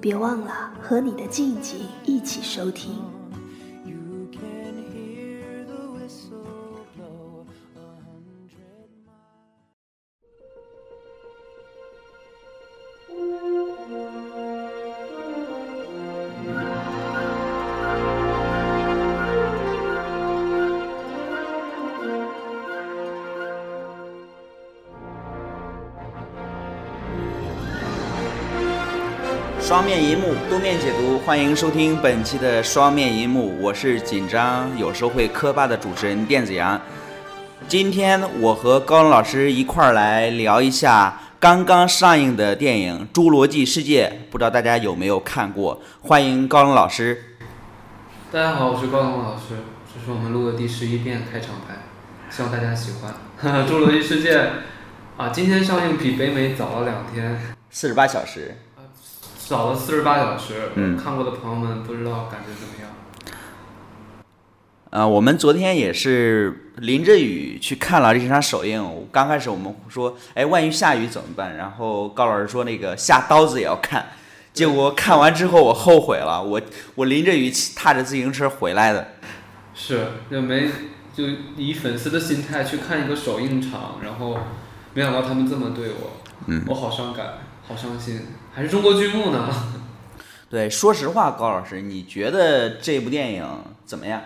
别忘了和你的静静一起收听。 You can hear the whistle blow a hundred miles. 双面银幕，多面解读，欢迎收听本期的双面银幕，我是紧张有时候会磕巴的主持人电子羊。今天我和高冷老师一块儿来聊一下刚刚上映的电影《侏罗纪世界》，不知道大家有没有看过？欢迎高冷老师。大家好，我是高龙老师，这是我们录的第十一遍开场白，希望大家喜欢。 侏罗纪世界啊，今天上映比北美早了两天，四十八小时，早了四十八小时。嗯看过的朋友们不知道感觉怎么样？呃，我们昨天也是淋着雨去看了这场首映。刚开始我们说，哎，万一下雨怎么办？然后高老师说那个下刀子也要看。结果看完之后，我后悔了，我我淋着雨骑踏着自行车回来的。是，就没就以粉丝的心态去看一个首映场，然后没想到他们这么对我，嗯我好伤感，好伤心，还是中国剧目呢。对，说实话，高老师，你觉得这部电影怎么样？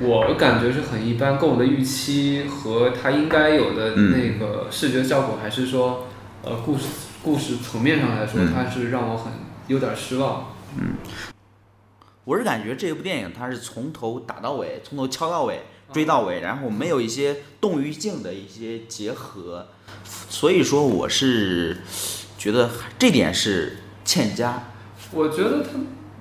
我感觉是很一般，跟我的预期和它应该有的嗯那个视觉效果，还是说，呃，故事故事层面上来说，嗯它是让我很有点失望。我是感觉这部电影它是从头打到尾，从头敲到尾，追到尾，然后没有一些动与静的一些结合，所以说我是觉得这点是欠佳。我觉得它，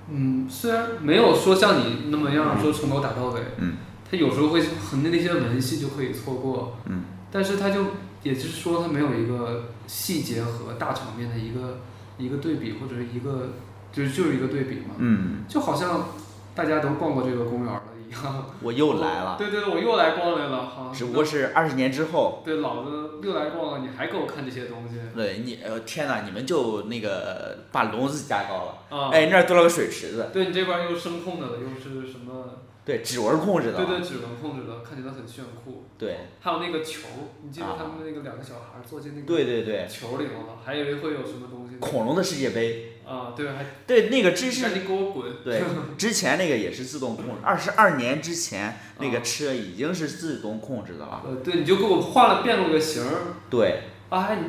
嗯，虽然没有说像你那么样说从头打到尾，嗯，它有时候会很那些文戏就可以错过，嗯，但是它就也就是说它没有一个细节和大场面的一个一个对比或者是一个就是就是一个对比嘛，嗯，就好像大家都逛过这个公园了一样。我又来了，对对，对我又来逛来了哈。只不过啊是二十年之后。对老子又来逛了，你还给我看这些东西对你，呃，天哪，你们就那个把笼子加高了，啊？，哎，那儿多了个水池子，对你这边又声控的了，又是什么？对，指纹控制的，对对，指纹控制的，看起来很炫酷。对还有那个球，你记得啊他们那个两个小孩坐进那个对对对，球里头了，还以为会有什么东西呢。恐龙的世界杯，啊，对，还对，那个真是让你给我滚。 对，之前那个也是自动控制，二十二年之前那啊个车已经是自动控制的了。呃，对，你就给我换了变了个形儿对，啊！还你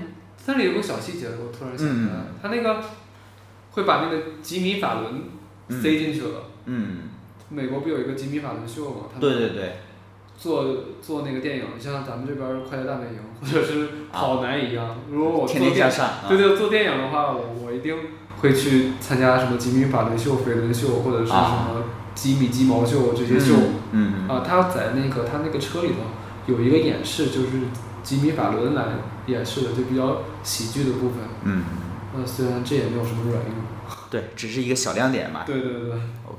那里有个小细节，我突然想起来了，嗯他那个会把那个吉米法伦嗯塞进去了。嗯，美国不有一个吉米法伦秀嘛？他们对对对，做做那个电影，像咱们这边儿《快乐大本营》或者是《啊跑男》一样，如果我做天天向电，上啊对，对，做电影的话，我我一定会去参加什么吉米法伦秀、绯伦秀，或者是什么吉米鸡毛秀这些秀。嗯，嗯啊，他在那个他那个车里头有一个演示，就是吉米法伦来演示的，就比较喜剧的部分。嗯，呃，虽然这也没有什么软硬。对，只是一个小亮点嘛。对对对， OK，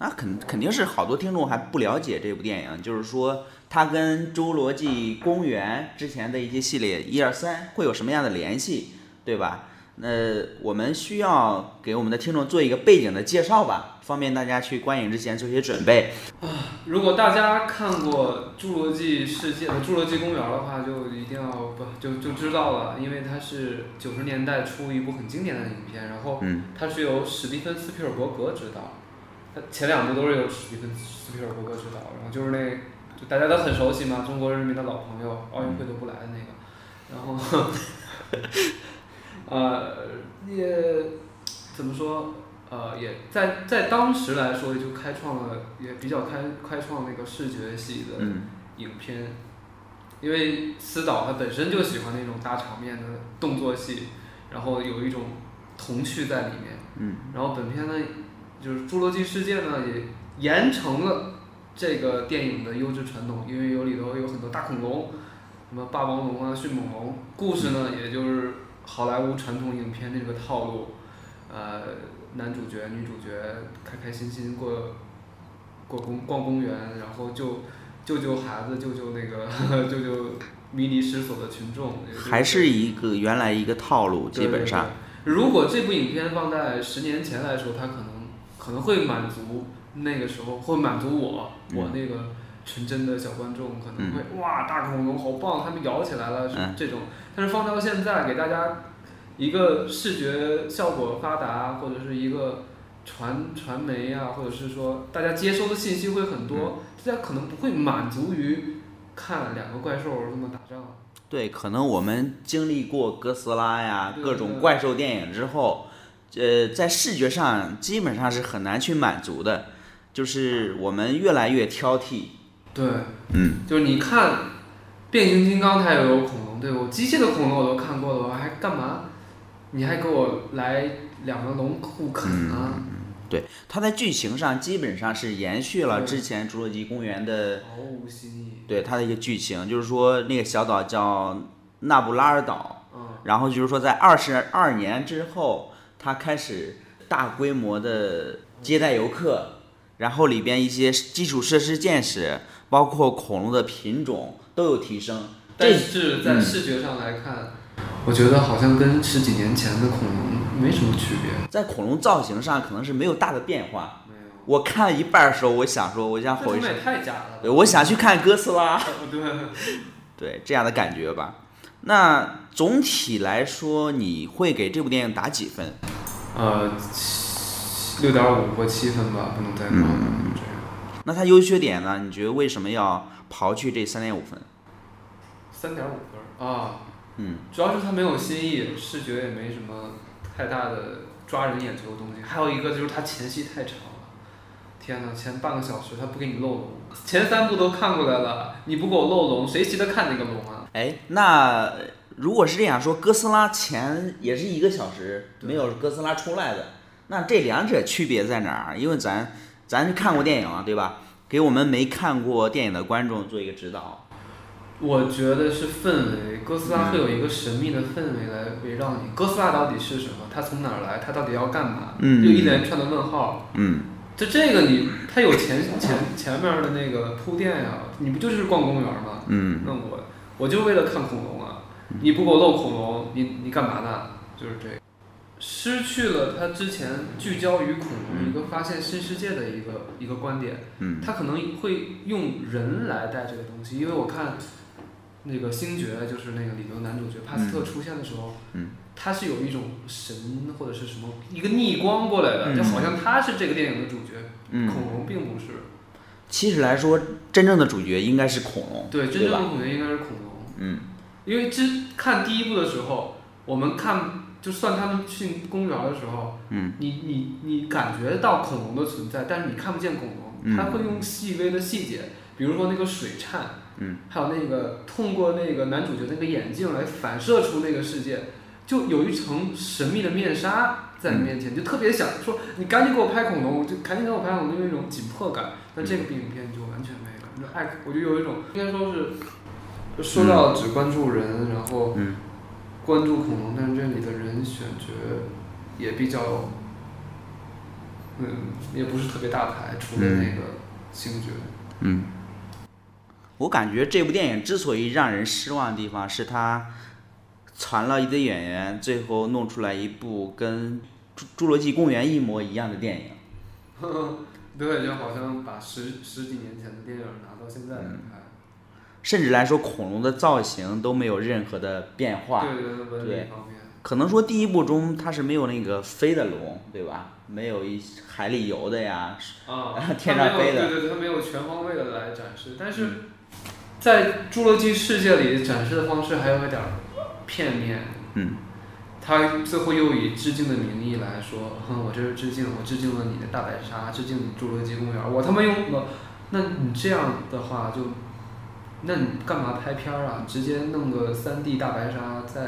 那肯肯定是好多听众还不了解这部电影，就是说它跟《侏罗纪公园》之前的一些系列一二三会有什么样的联系，对吧？那我们需要给我们的听众做一个背景的介绍吧，方便大家去观影之前做一些准备。如果大家看过《侏罗纪世界》呃《侏罗纪公园》的话，就一定要不就就知道了，因为它是九十年代初一部很经典的影片，然后嗯，它是由史蒂芬斯皮尔伯格执导，它前两部都是由史蒂芬斯皮尔伯格执导，然后就是那就大家都很熟悉嘛，中国人民的老朋友，奥运会都不来的那个，然后， 呃，也怎么说？呃，也在在当时来说，就开创了也比较开开创那个视觉系的嗯影片，因为司导他本身就喜欢那种大场面的动作戏，然后有一种童趣在里面。嗯，然后本片呢，就是《侏罗纪世界》呢，也严承了这个电影的优质传统，因为有里头有很多大恐龙，什么霸王龙啊、迅猛龙。故事呢，也就是好莱坞传统影片这个套路，呃，男主角、女主角开开心心过过公逛公园，然后救 救救孩子，救救那个救救迷离失所的群众，也就还是一个原来一个套路，基本上。对对对如果这部影片放在十年前来说，它可能可能会满足那个时候，会满足我，嗯我那个纯真的小观众可能会、哇，大恐龙好棒，它们摇起来了，是嗯这种。但是放到现在，给大家一个视觉效果发达，或者是一个传传媒啊，或者是说大家接收的信息会很嗯多，大家可能不会满足于看两个怪兽这么打仗。啊对，可能我们经历过哥斯拉呀对各种怪兽电影之后，呃，在视觉上基本上是很难去满足的，就是我们越来越挑剔。对，嗯，就是你看变形金刚它也有恐龙，对我机械的恐龙我都看过了，我还干嘛？你还给我来两个龙互啃啊？它在剧情上基本上是延续了对之前《侏罗纪公园》的毫无新意。对它的一个剧情，就是说那个小岛叫纳布拉尔岛，嗯，然后就是说，在二十二年之后，他开始大规模的接待游客，然后里边一些基础设施建设，包括恐龙的品种都有提升。但这是在视觉上来看，我觉得好像跟十几年前的恐龙没什么区别。在恐龙造型上可能是没有大的变化。没有，我看了一半儿的时候，我想说，我想这他回们去，也太假了吧。我想去看哥斯 拉。对，对这样的感觉吧。那总体来说，你会给这部电影打几分？呃，七六点五或七分吧，不能再高了。这样那它优缺点呢？你觉得为什么要刨去这三点五分？三点五分儿啊，嗯，主要是它没有新意，视觉也没什么太大的抓人眼球的东西。还有一个就是它前戏太长了，天呐，前半个小时它不给你露龙，前三部都看过来了，你不给我露龙，谁稀得看那个龙啊？哎，那呃如果是这样说，哥斯拉前也是一个小时，对没有哥斯拉出来的，那这两者区别在哪儿？因为咱咱是看过电影啊，对吧？给我们没看过电影的观众做一个指导。嗯我觉得是氛围，哥斯拉会有一个神秘的氛围来围绕你。哥斯拉到底是什么？它从哪儿来？它到底要干嘛？嗯就一连串的问号。嗯，就这个你，它有前前前面的那个铺垫呀、你不就是逛公园吗？嗯，那我我就为了看恐龙啊！你不给我露恐龙，你你干嘛呢？就是这个，失去了他之前聚焦于恐龙一个发现新世界的一个一个观点。嗯，他可能会用人来带这个东西，因为我看那个星爵，就是那个里头男主角帕斯特出现的时候，嗯他是有一种神或者是什么一个逆光过来的，嗯就好像他是这个电影的主角，嗯恐龙并不是。其实来说，真正的主角应该是恐龙，对，真对正的吧？恐龙应该是恐龙。嗯，因为之看第一部的时候，我们看就算他们去公园的时候，嗯，你你你感觉到恐龙的存在，但是你看不见恐龙，嗯它会用细微的细节，比如说那个水颤，嗯，还有那个通过那个男主角那个眼镜来反射出那个世界，就有一层神秘的面纱在你嗯面前，就特别想说你赶紧给我拍恐龙，我就赶紧给我拍恐龙，就有一种紧迫感。但这个嗯影片就完全没有，你就爱，我就有一种应该说是，就说到只关注人，然后嗯关注恐龙，但是这里的人选角也比较，嗯，也不是特别大牌，除了嗯那个星爵。嗯，我感觉这部电影之所以让人失望的地方是它攒了一堆演员，最后弄出来一部跟《侏侏罗纪公园》一模一样的电影。对，就好像把十十几年前的电影拿到现在来嗯拍，甚至来说，恐龙的造型都没有任何的变化。对人的纹对理 方面，可能说第一部中它是没有那个飞的龙，对吧？没有一海里游的呀。啊天上飞的它没有对对对，它没有全方位的来展示，但是嗯在《侏罗纪世界》里展示的方式还有一点儿片面。嗯。他最后又以致敬的名义来说，哼，我这是致敬，我致敬了你的大白鲨，致敬你《侏罗纪公园》，我他妈用了，那你这样的话就，那你干嘛拍片儿啊？直接弄个三 D 大白鲨在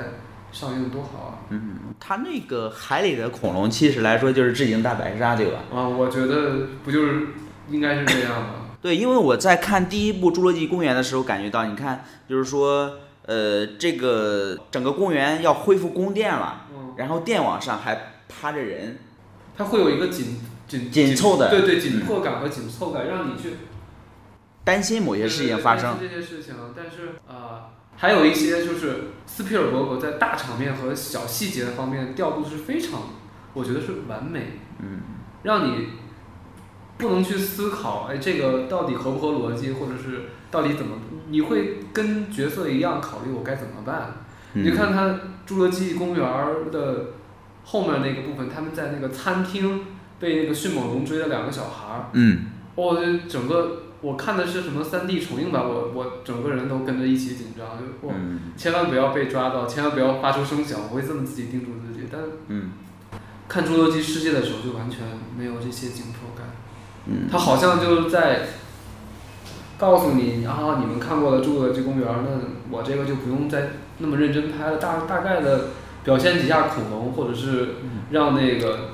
上映多好啊！嗯，他那个海里的恐龙，其实来说就是致敬大白鲨，对吧？啊，我觉得不就是应该是这样吗？对，因为我在看第一部《侏罗纪公园》的时候，感觉到，你看，就是说，呃，这个整个公园要恢复供电了，嗯，然后电网上还趴着人，它会有一个紧紧紧凑的嗯对对，紧迫感和紧凑感，让你去担心某些事情发生。对对对这些事情，但是呃，还有一些就是斯皮尔伯格在大场面和小细节方面调度是非常，我觉得是完美，嗯，让你不能去思考，哎，这个到底合不合逻辑，或者是到底怎么，你会跟角色一样考虑我该怎么办。嗯你就看他《侏罗纪公园》的后面那个部分，他们在那个餐厅被那个迅猛龙追的两个小孩儿，嗯，我、这整个我看的是什么三 D 重映版，我我整个人都跟着一起紧张，就我、嗯，千万不要被抓到，千万不要发出声响，我会这么自己叮嘱自己。但嗯，看《侏罗纪世界》的时候就完全没有这些紧迫感，嗯，他好像就是在告诉你啊，你们看过了《侏罗纪公园》，那我这个就不用再那么认真拍了，大大概的表现几下恐龙，或者是嗯让那个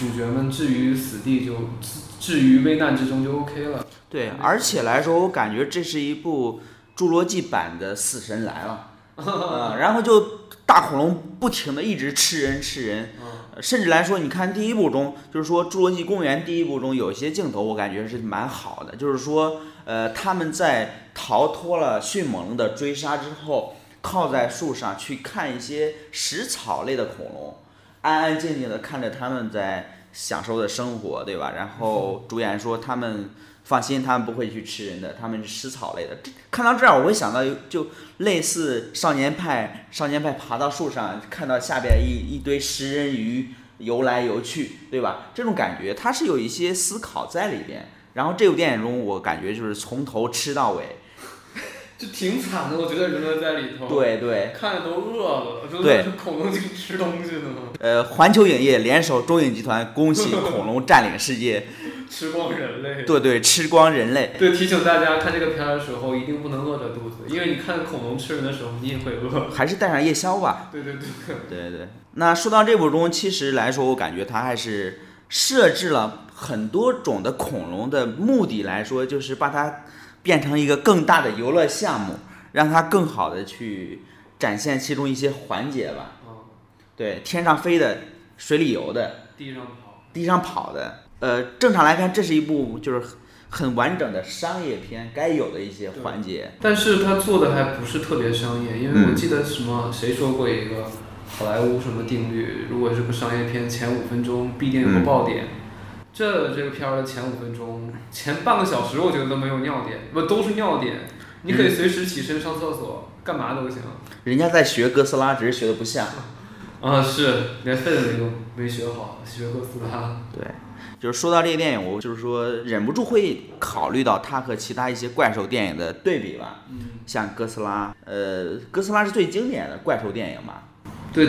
主角们置于死地就置置于危难之中就 OK 了。对，而且来说，我感觉这是一部侏罗纪版的《死神来了》呃，然后就大恐龙不停的一直吃人吃人，嗯呃甚至来说，你看第一部中，就是说《侏罗纪公园》第一部中有一些镜头，我感觉是蛮好的，就是说，呃，他们在逃脱了迅猛龙的追杀之后，靠在树上去看一些食草类的恐龙，安安静静的看着他们在享受的生活，对吧？然后主演说他们放心，他们不会去吃人的，他们是食草类的。这看到这儿，我会想到有就类似少年派，少年派爬到树上，看到下边一一堆食人鱼游来游去，对吧？这种感觉，它是有一些思考在里边。然后这部电影中，我感觉就是从头吃到尾，就挺惨的，我觉得人们在里头，，对对。看着都饿了，就对恐龙就吃东西呢嘛，呃，环球影业联手中影集团，恭喜恐龙占领世界， 吃光人类。对对，吃光人类。对，提醒大家看这个片儿的时候一定不能饿着肚子，因为你看恐龙吃人的时候，你也会饿。还是带上夜宵吧。对对对，对对。那说到这部中，其实来说，我感觉它还是设置了很多种的恐龙的目的来说，就是把它变成一个更大的游乐项目，让它更好的去展现其中一些环节吧。啊，对，天上飞的，水里游的，地上跑，地上跑的。呃，正常来看，这是一部就是很很完整的商业片该有的一些对环节。 但是他做的还不是特别商业，因为我记得什么、谁说过一个好莱坞什么定律，如果是部商业片前五分钟必定有爆点。这这个片儿的前五分钟，前半个小时我觉得都没有尿点，不都是尿点。你可以随时起身上厕所，干嘛都行。人家在学哥斯拉，只是学的不像。啊，是连狒狒都没学好，学哥斯拉。对，就是说到这个电影，我就是说忍不住会考虑到它和其他一些怪兽电影的对比吧，嗯，像哥斯拉，呃，哥斯拉是最经典的怪兽电影嘛，对，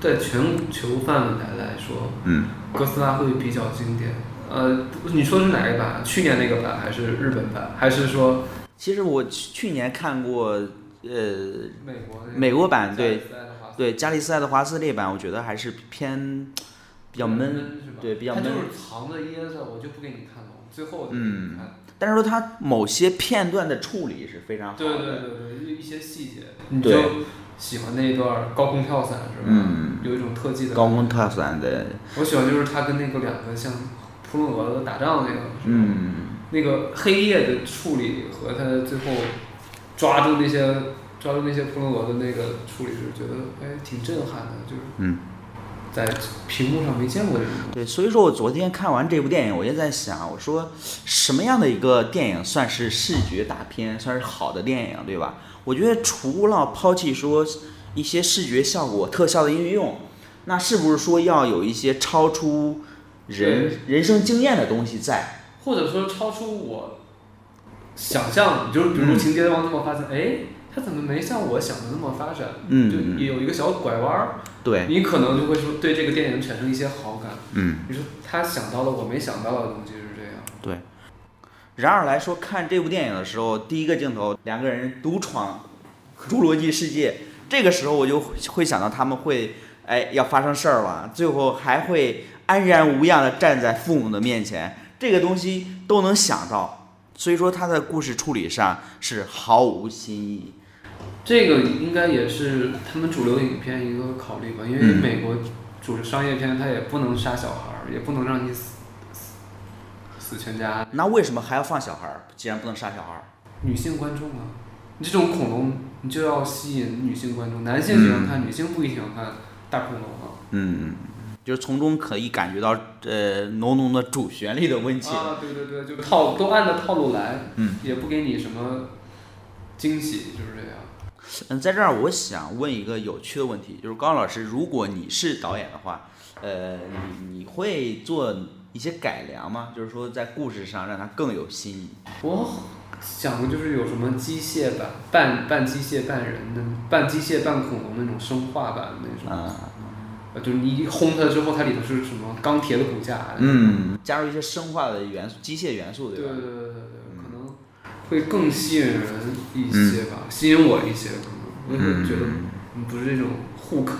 在全球范围来来说，嗯，哥斯拉会比较经典。呃，你说是哪个版？去年那个版还是日本版？还是说其实我去去年看过，呃，美国那个？美国版对加勒华斯对加利斯爱德华斯这版，我觉得还是偏比较闷，是吧？对比较它就闷是藏着掖着，我就不给你看了，最后我就给你嗯看。但是说它某些片段的处理是非常好的，对对对对，就一些细节，你就对喜欢那一段高空跳伞是吧？嗯，有一种特技的。高空特伞的，我喜欢就是他跟那个两个像扑棱蛾子打仗那个，嗯，那个黑夜的处理和他最后抓住那些抓住那些扑棱蛾的那个处理，是觉得哎挺震撼的，就是嗯在屏幕上没见过这种东西。对，所以说我昨天看完这部电影，我就在想，我说什么样的一个电影算是视觉大片，算是好的电影，对吧？我觉得除了抛弃说一些视觉效果、特效的运用，那是不是说要有一些超出人人生经验的东西在？或者说超出我想象，就是比嗯如情节往那么发展，哎、他怎么没像我想的那么发展？嗯，就嗯有一个小拐弯儿，对，你可能就会说对这个电影产生一些好感。嗯你说他想到了我没想到的东西是这样。对。然而来说，看这部电影的时候，第一个镜头，两个人独闯侏罗纪世界，这个时候我就会想到他们会哎要发生事儿了，最后还会安然无恙的站在父母的面前，这个东西都能想到，所以说他的故事处理上是毫无新意。这个应该也是他们主流影片一个考虑吧，因为嗯美国主流商业片它也不能杀小孩儿，也不能让你死死死全家，那为什么还要放小孩儿？既然不能杀小孩儿，女性观众啊，你这种恐龙你就要吸引女性观众，男性喜欢看，女性不一定喜欢看大恐龙啊。嗯，就是从中可以感觉到呃浓浓的主旋律的问题。啊，对对对，就套都按照套路来，嗯，也不给你什么惊喜，就是这样。嗯，在这儿我想问一个有趣的问题，就是高老师，如果你是导演的话，呃，你你会做一些改良吗？就是说在故事上让它更有新意。我想的就是有什么机械版、半半机械半人的、半机械半恐龙那种生化版的那种，啊、呃，就是你一轰它之后，它里头是什么钢铁的骨架，，啊嗯，加入一些生化的元素、机械元素，对对对吧？对对对，可能会更吸引人一些吧，吸引我一些，可能我也会觉得嗯你不是那种互啃。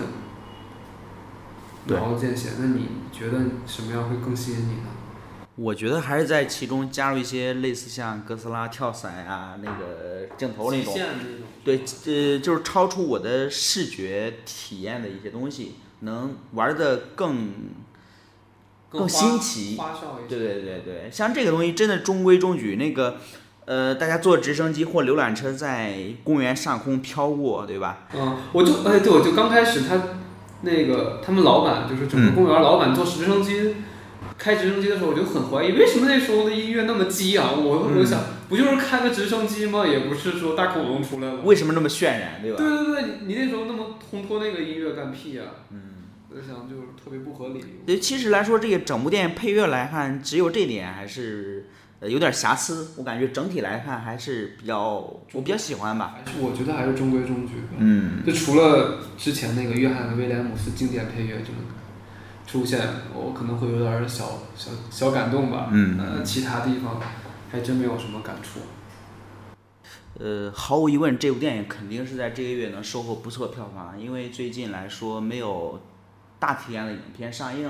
对毛见血，那你觉得什么样会更吸引你呢？我觉得还是在其中加入一些类似像哥斯拉跳伞啊、那个镜头那极种，限那种，对，呃，就是超出我的视觉体验的一些东西，能玩的更更花新奇花哨一些。对对对对，像这个东西真的中规中矩。那个，呃，大家坐直升机或浏览车在公园上空飘过，对吧？嗯，我就哎，对，我就刚开始他那个他们老板就是整个嗯公园老板坐直升机、开直升机的时候，我就很怀疑为什么那时候的音乐那么激昂、我我想不就是开个直升机吗？也不是说大恐龙出来了。为什么那么渲染，对吧？对对对，你你那时候那么烘托那个音乐干屁呀、嗯，我就想就是特别不合理。对，其实来说，这个整部电影配乐来看，只有这点还是呃有点瑕疵。我感觉整体来看还是比较，我比较喜欢吧。还是我觉得还是中规中矩吧。嗯就除了之前那个约翰和威廉姆斯经典配乐这个出现，我可能会有点儿小小小感动吧。嗯呃，其他地方还真没有什么感触。呃，毫无疑问，这部电影肯定是在这个月能收获不错票房，因为最近来说没有大体量的影片上映。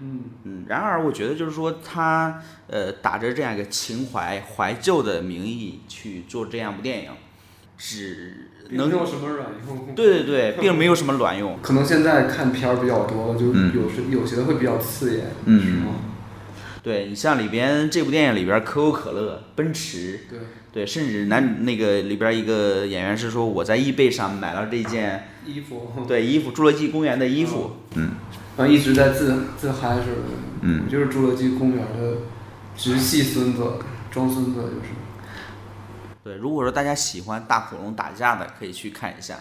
嗯，嗯，然而我觉得就是说他呃打着这样一个情怀怀旧的名义去做这样部电影，只能没有什么卵用。对对对，并没有什么卵用。可能现在看片儿比较多了，就嗯有时、有些的会比较刺眼，嗯是吗？对你像里边这部电影里边可口可乐、奔驰，对，对，甚至男那个里边一个演员是说我在易贝上买了这件衣服，对衣服《侏罗纪公园》的衣服，嗯然后一直在自自嗨似的。嗯我就是《侏罗纪公园》的直系孙子，装孙子就是。对，如果说大家喜欢大恐龙打架的，可以去看一下。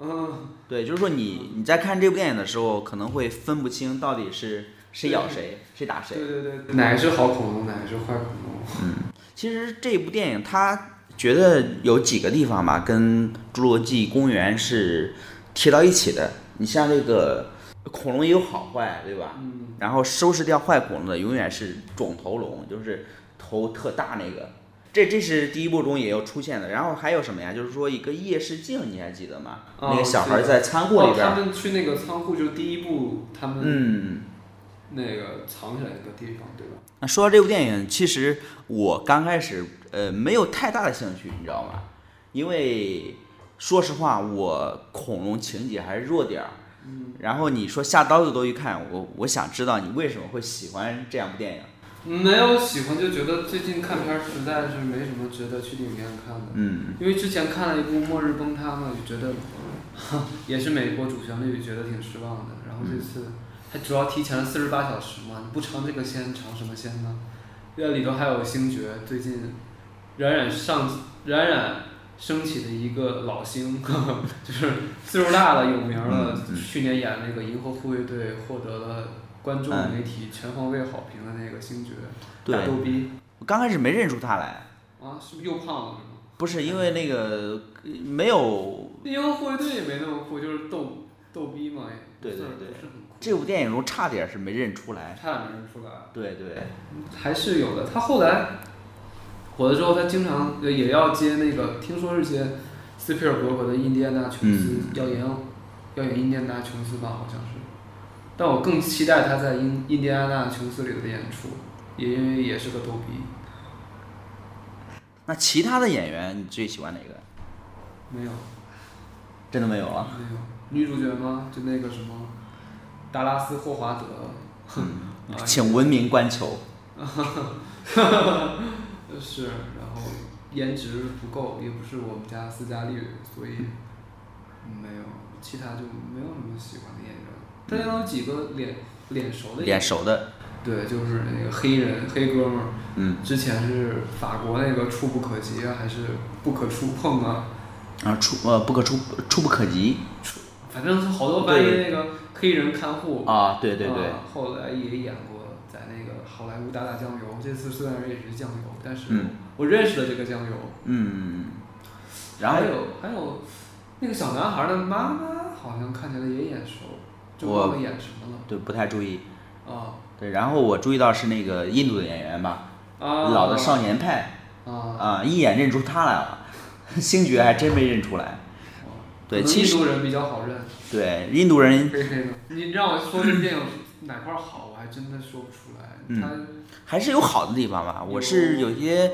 嗯，对，就是说你你在看这部电影的时候，可能会分不清到底是谁咬谁，谁打谁对。对对，哪个是好恐龙，哪个是坏恐龙？其实这部电影，它觉得有几个地方吧，跟《侏罗纪公园》是贴到一起的。你像这个恐龙也有好坏，对吧？嗯。然后收拾掉坏恐龙的永远是肿头龙，就是头特大那个。这这是第一部中也有出现的。然后还有什么呀？就是说一个夜视镜，你还记得吗？哦那个小孩记得在仓库里边哦、他儿，们去那个仓库，就是第一部他们嗯。那个藏起来的地方，对吧？那说到这部电影，其实我刚开始呃没有太大的兴趣，你知道吗？因为说实话，我恐龙情节还是弱点儿。嗯然后你说下刀子都一看，我我想知道你为什么会喜欢这样部电影。没有喜欢就觉得最近看片儿实在是没什么值得去影院看的，嗯因为之前看了一部《末日崩塌》嘛，就觉得 哈也是美国主旋律，觉得挺失望的。然后这次还主要提前了四十八小时嘛，你不尝这个鲜，尝什么鲜呢？这里头还有星爵最近冉冉上冉冉升起的一个老星， 就是岁数大了有名了，嗯嗯去年演那个《银河护卫队》获得了观众嗯媒体全方位好评的那个星爵，对大逗逼我刚开始没认出他来，啊，是不是又胖了？不是因为那个呃没有因为护卫队也没那么酷，就是逗逗逼嘛，也对对不是对不是很酷。这部电影中差点是没认出来。差点没认出来，对对，还是有呃的。他后来火了之后，他经常也要接那个，听说是接斯皮尔伯格的《印第安纳琼斯嗯》要演要演印第安纳琼斯吧，好像是。但我更期待他在印印第安纳琼斯里的演出，也因为也是个逗逼。那其他的演员你最喜欢哪个？没有，真的没有啊了。没有女主角吗？就那个什么，达拉斯霍华德。啊请文明观球。 是，然后颜值不够，也不是我们家斯嘉丽，所以没有，其他就没有什么喜欢的演员。但是有几个脸脸熟的演脸员，熟的，对，就是那个黑人黑哥们儿，嗯，之前是法国那个触不可及啊，还是不可触碰啊，啊，触呃不可触触不可及反正是好多翻译对那个黑人看护，啊，对对对，啊后来也演过在那个好莱坞打打酱油，这次虽然也是酱油，但是嗯我认识了这个酱油。嗯，然后还有还有那个小男孩的妈妈，好像看起来也眼熟，就我忘了演什么了对不太注意，啊对，然后我注意到是那个印度的演员吧，啊！老的少年派啊，啊，一眼认出他来了， 星爵还真没认出来，对，可能其印实度人比较好认，对印度人黑黑的。你让我说这电影哪块儿好，我还真的说不出来。嗯他还是有好的地方吧，我是有些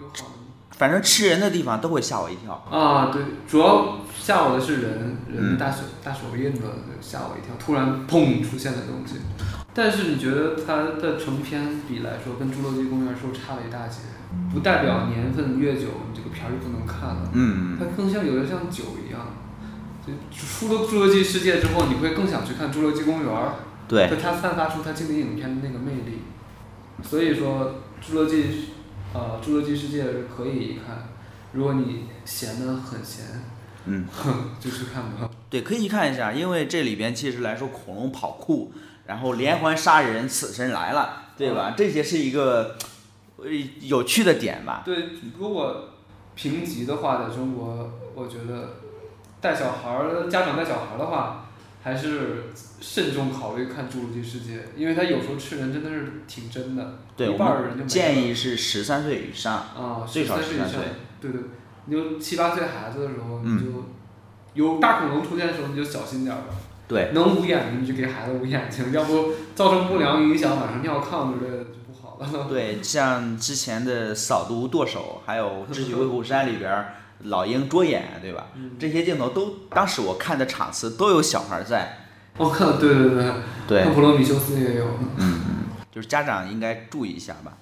有好反正吃人的地方都会吓我一跳，的啊，对，主要吓我的是人，人嗯大手、大手印子吓我一跳，突然砰出现的东西。但是你觉得它的成片比来说，跟《侏罗纪公园》是不是差了一大截？不代表年份越久，你这个片儿就不能看了。嗯它更像有点像酒一样。就出了《侏罗纪世界》之后，你会更想去看《侏罗纪公园》，对就，它散发出它经典影片的那个魅力。所以说，《侏罗纪》呃，《侏罗纪世界》是可以一看，如果你闲得很闲，嗯，就去看吧。对，可以看一下，因为这里边其实来说，恐龙跑酷，然后连环杀人，死神来了，对吧？这些是一个呃有趣的点吧。对，如果评级的话，在中国，我觉得带小孩儿、家长带小孩儿的话，还是慎重考虑看《侏罗纪世界》，因为它有时候吃人真的是挺真的，对，一我半儿人就没们了建议是十三岁以上，啊，最少是13岁，对对，你就七八岁孩子的时候，嗯你就有大恐龙出现的时候，你就小心点儿吧。对，能捂眼睛你就给孩子捂眼睛，要不造成不良影响，晚上尿炕之类的就不好了。 对，像之前的扫毒剁手，还有《智取威虎山》里边儿老鹰捉眼，对吧？嗯，这些镜头都当时我看的场次都有小孩儿在，我看，对对对，对嗯看，普罗米修斯也有。就是家长应该注意一下吧。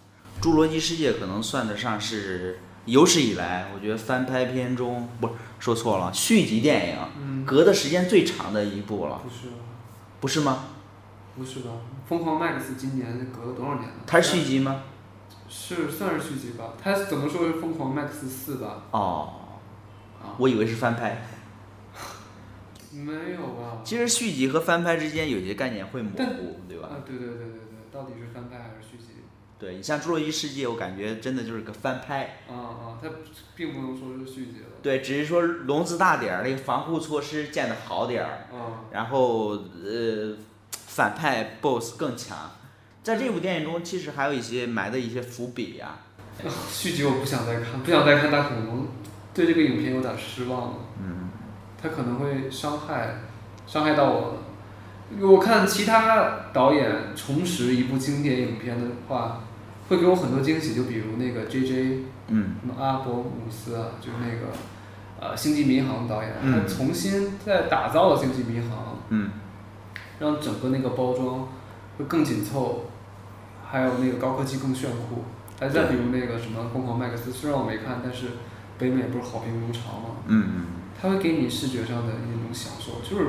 《侏罗纪世界》可能算得上是有史以来，我觉得翻拍片中不是说错了，续集电影嗯，隔的时间最长的一部了，不是吧，不是吗？不是吧？疯狂 Max 今年隔了多少年了？它是续集吗？是算是续集吧？它怎么说是疯狂 Max 四吧？哦，啊，我以为是翻拍。没有吧？其实续集和翻拍之间有些概念会模但糊，对吧？啊，对对对对对，到底是翻拍还是续集？对你像《侏罗纪世界》，我感觉真的就是个翻拍，啊啊，它并不能说是续集了。对，只是说笼子大点儿，那个防护措施建的好点儿，啊， 然后呃，反派 BOSS 更强。在这部电影中，其实还有一些埋的一些伏笔啊。续集我不想再看，不想再看大恐龙，对这个影片有点失望了。嗯，它可能会伤害伤害到我了。我看其他导演重拾一部经典影片的话，会给我很多惊喜，就比如那个 J J 嗯，什么阿伯姆斯啊，就是那个呃《星际迷航》导演，嗯他重新再打造了《星际迷航》，嗯，让整个那个包装会更紧凑，还有那个高科技更炫酷。还再比如那个什么《疯狂麦克斯》，虽然我没看，但是北美不是好评如潮嘛，嗯它会给你视觉上的一种享受，就是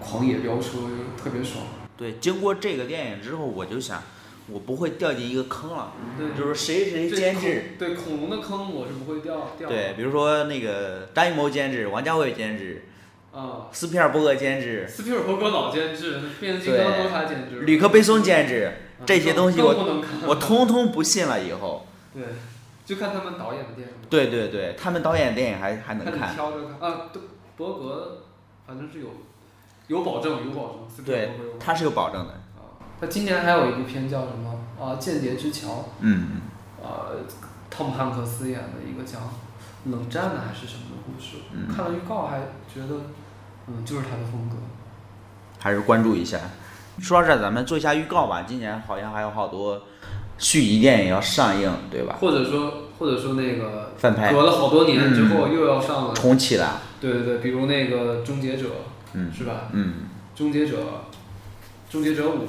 狂野飙车，就特别爽。嗯，对。经过这个电影之后，我就想，我不会掉进一个坑了，对就是谁谁监制，对恐龙的坑我是不会掉掉的。对，比如说那个张艺谋监制，王家卫监制，啊、斯皮尔伯格监制，斯皮尔伯格老监制，变形金刚都他监制。吕克贝松监制，这些东西啊更不我能看。我通通不信了。以后，对，就看他们导演的电影。对对对，他们导演电影还还能看你看，挑着看啊，对，伯格反正是有有保证，有保证，斯皮尔对伯格有保，证他是有保证的。啊。他今年还有一部片叫什么啊，《间谍之桥》，嗯，呃，汤姆汉克斯演的一个讲冷战的还是什么的故事，嗯看了预告还觉得，嗯，就是他的风格。还是关注一下。说到这儿，咱们做一下预告吧。今年好像还有好多续集电影要上映，对吧？哎或者说，或者说那个翻拍隔了好多年之嗯后又要上了，重启了，对对对，比如那个《终结者》，嗯是吧？嗯， 《终结者》，《终结者五》，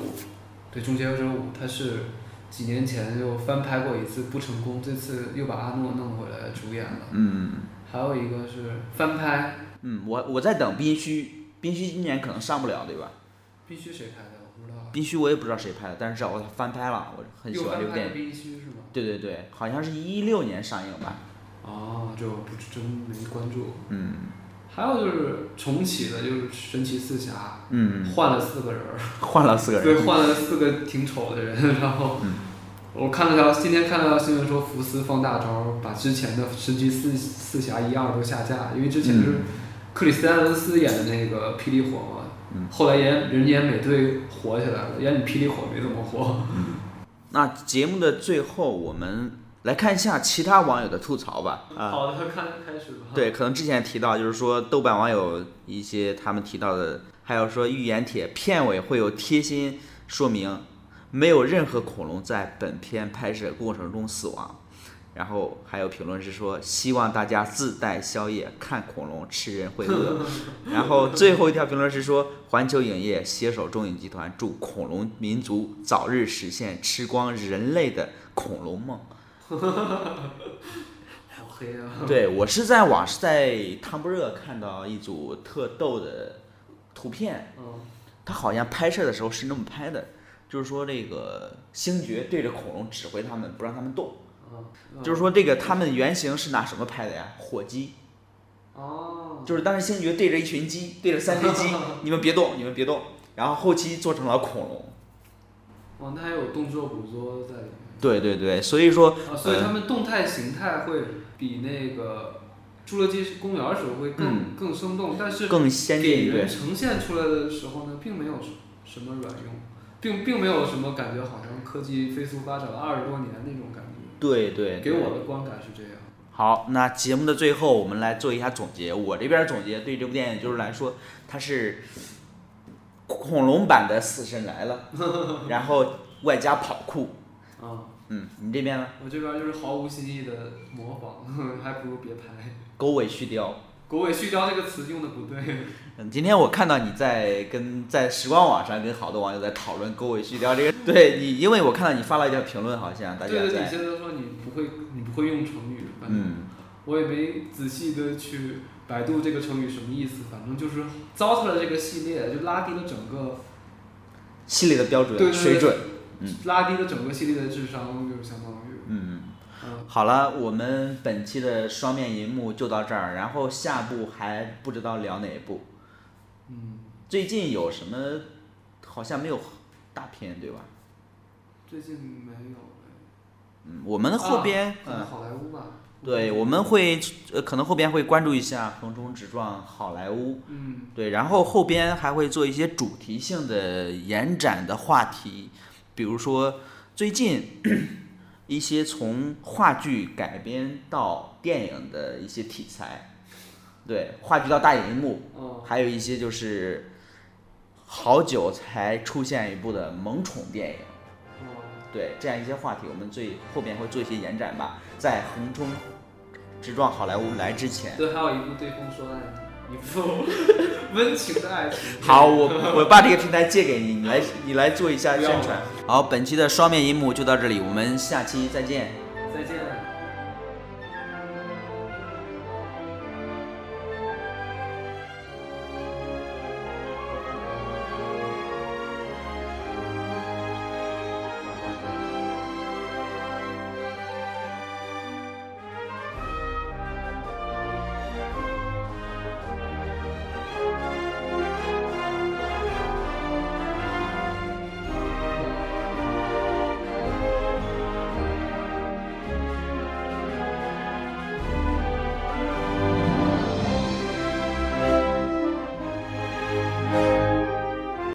对，《终结者五》，它是几年前又翻拍过一次，不成功，这次又把阿诺弄回来主演了。嗯还有一个是翻拍，嗯，我我在等宾虚，宾虚今年可能上不了，对吧？必须谁拍的？我不知道。宾虚我也不知道谁拍的，但是我翻拍了，我很喜又欢这翻部拍电的影。必须是吗？对对对，好像是一六年上映吧？啊，这我不知真没关注。嗯还有就是重启的，就是神奇四侠，嗯，换了四个人儿。换了四个对，人，换了四个挺丑的人， 然后嗯我看了条今天看了条新闻说，福斯放大招，把之前的神奇四四侠一二都下架，因为之前嗯是克里斯丹文斯演的那个霹雳火嘛，嗯后来演人演美队火起来了，演你霹雳火没怎么火。那节目的最后，我们来看一下其他网友的吐槽吧。啊，好的，看开始吧。对，可能之前提到，就是说豆瓣网友一些他们提到的，还有说预言帖片尾会有贴心说明，没有任何恐龙在本片拍摄过程中死亡。然后还有评论是说，希望大家自带宵夜，看恐龙吃人会饿。然后最后一条评论是说，环球影业携手中影集团，祝恐龙民族早日实现吃光人类的恐龙梦。好黑啊！对我是在网是在汤博热看到一组特逗的图片，嗯，它好像拍摄的时候是那么拍的，就是说这个星爵对着恐龙指挥他们，不让他们动，嗯就是说这个他们的原型是拿什么拍的呀？火鸡，哦，就是当时星爵对着一群鸡，对着三只 鸡，你们别动，你们别动，然后后期做成了恐龙。哦，那还有动作捕捉在里面。对对对，所以说啊，所以他们动态形态会比那个《侏罗纪公园》时候会更、嗯更生动，但是更先给进一人点。呈现出来的时候呢，并没有什么卵用，并并没有什么感觉，好像科技飞速发展了二十多年那种感觉。对对，给对我的观感是这样。好，那节目的最后，我们来做一下总结。我这边总结对这部电影就是来说，它是恐龙版的《死神来了》， 然后外加跑酷。啊，嗯，你这边呢？我这边就是毫无新意的模仿， 还不如别拍。狗尾续貂。狗尾续貂这个词用的不对，嗯，今天我看到你在跟在时光网上跟好多网友在讨论狗尾续貂这个， 对你，因为我看到你发了一条评论，好像大家对对，你在，现在说你不会，你不会用成语，反正嗯，我也没仔细的去百度这个成语什么意思，反正就是糟蹋了这个系列，就拉低了整个，系列的标准对对对水准，嗯拉低了整个系列的智商，就是相当于，嗯。嗯，好了，我们本期的双面银幕就到这儿，然后下部还不知道聊哪一部。嗯，最近有什么？好像没有大片，对吧？最近没有，嗯，我们后边，可能嗯，好莱坞吧，对，，我们会，呃，可能后边会关注一下横冲直撞好莱坞，嗯，对，然后后边还会做一些主题性的延展的话题，比如说最近 一些从话剧改编到电影的一些题材，对，话剧到大荧幕，哦，还有一些就是好久才出现一部的萌宠电影，哦，对这样一些话题，我们最后边会做一些延展吧。在横冲直撞好莱坞来之前，对，还有一部对风说爱你，一部 温情的爱情， 好，我我把这个平台借给你，你来你来做一下宣不要传。好，本期的双面银幕就到这里，我们下期再见。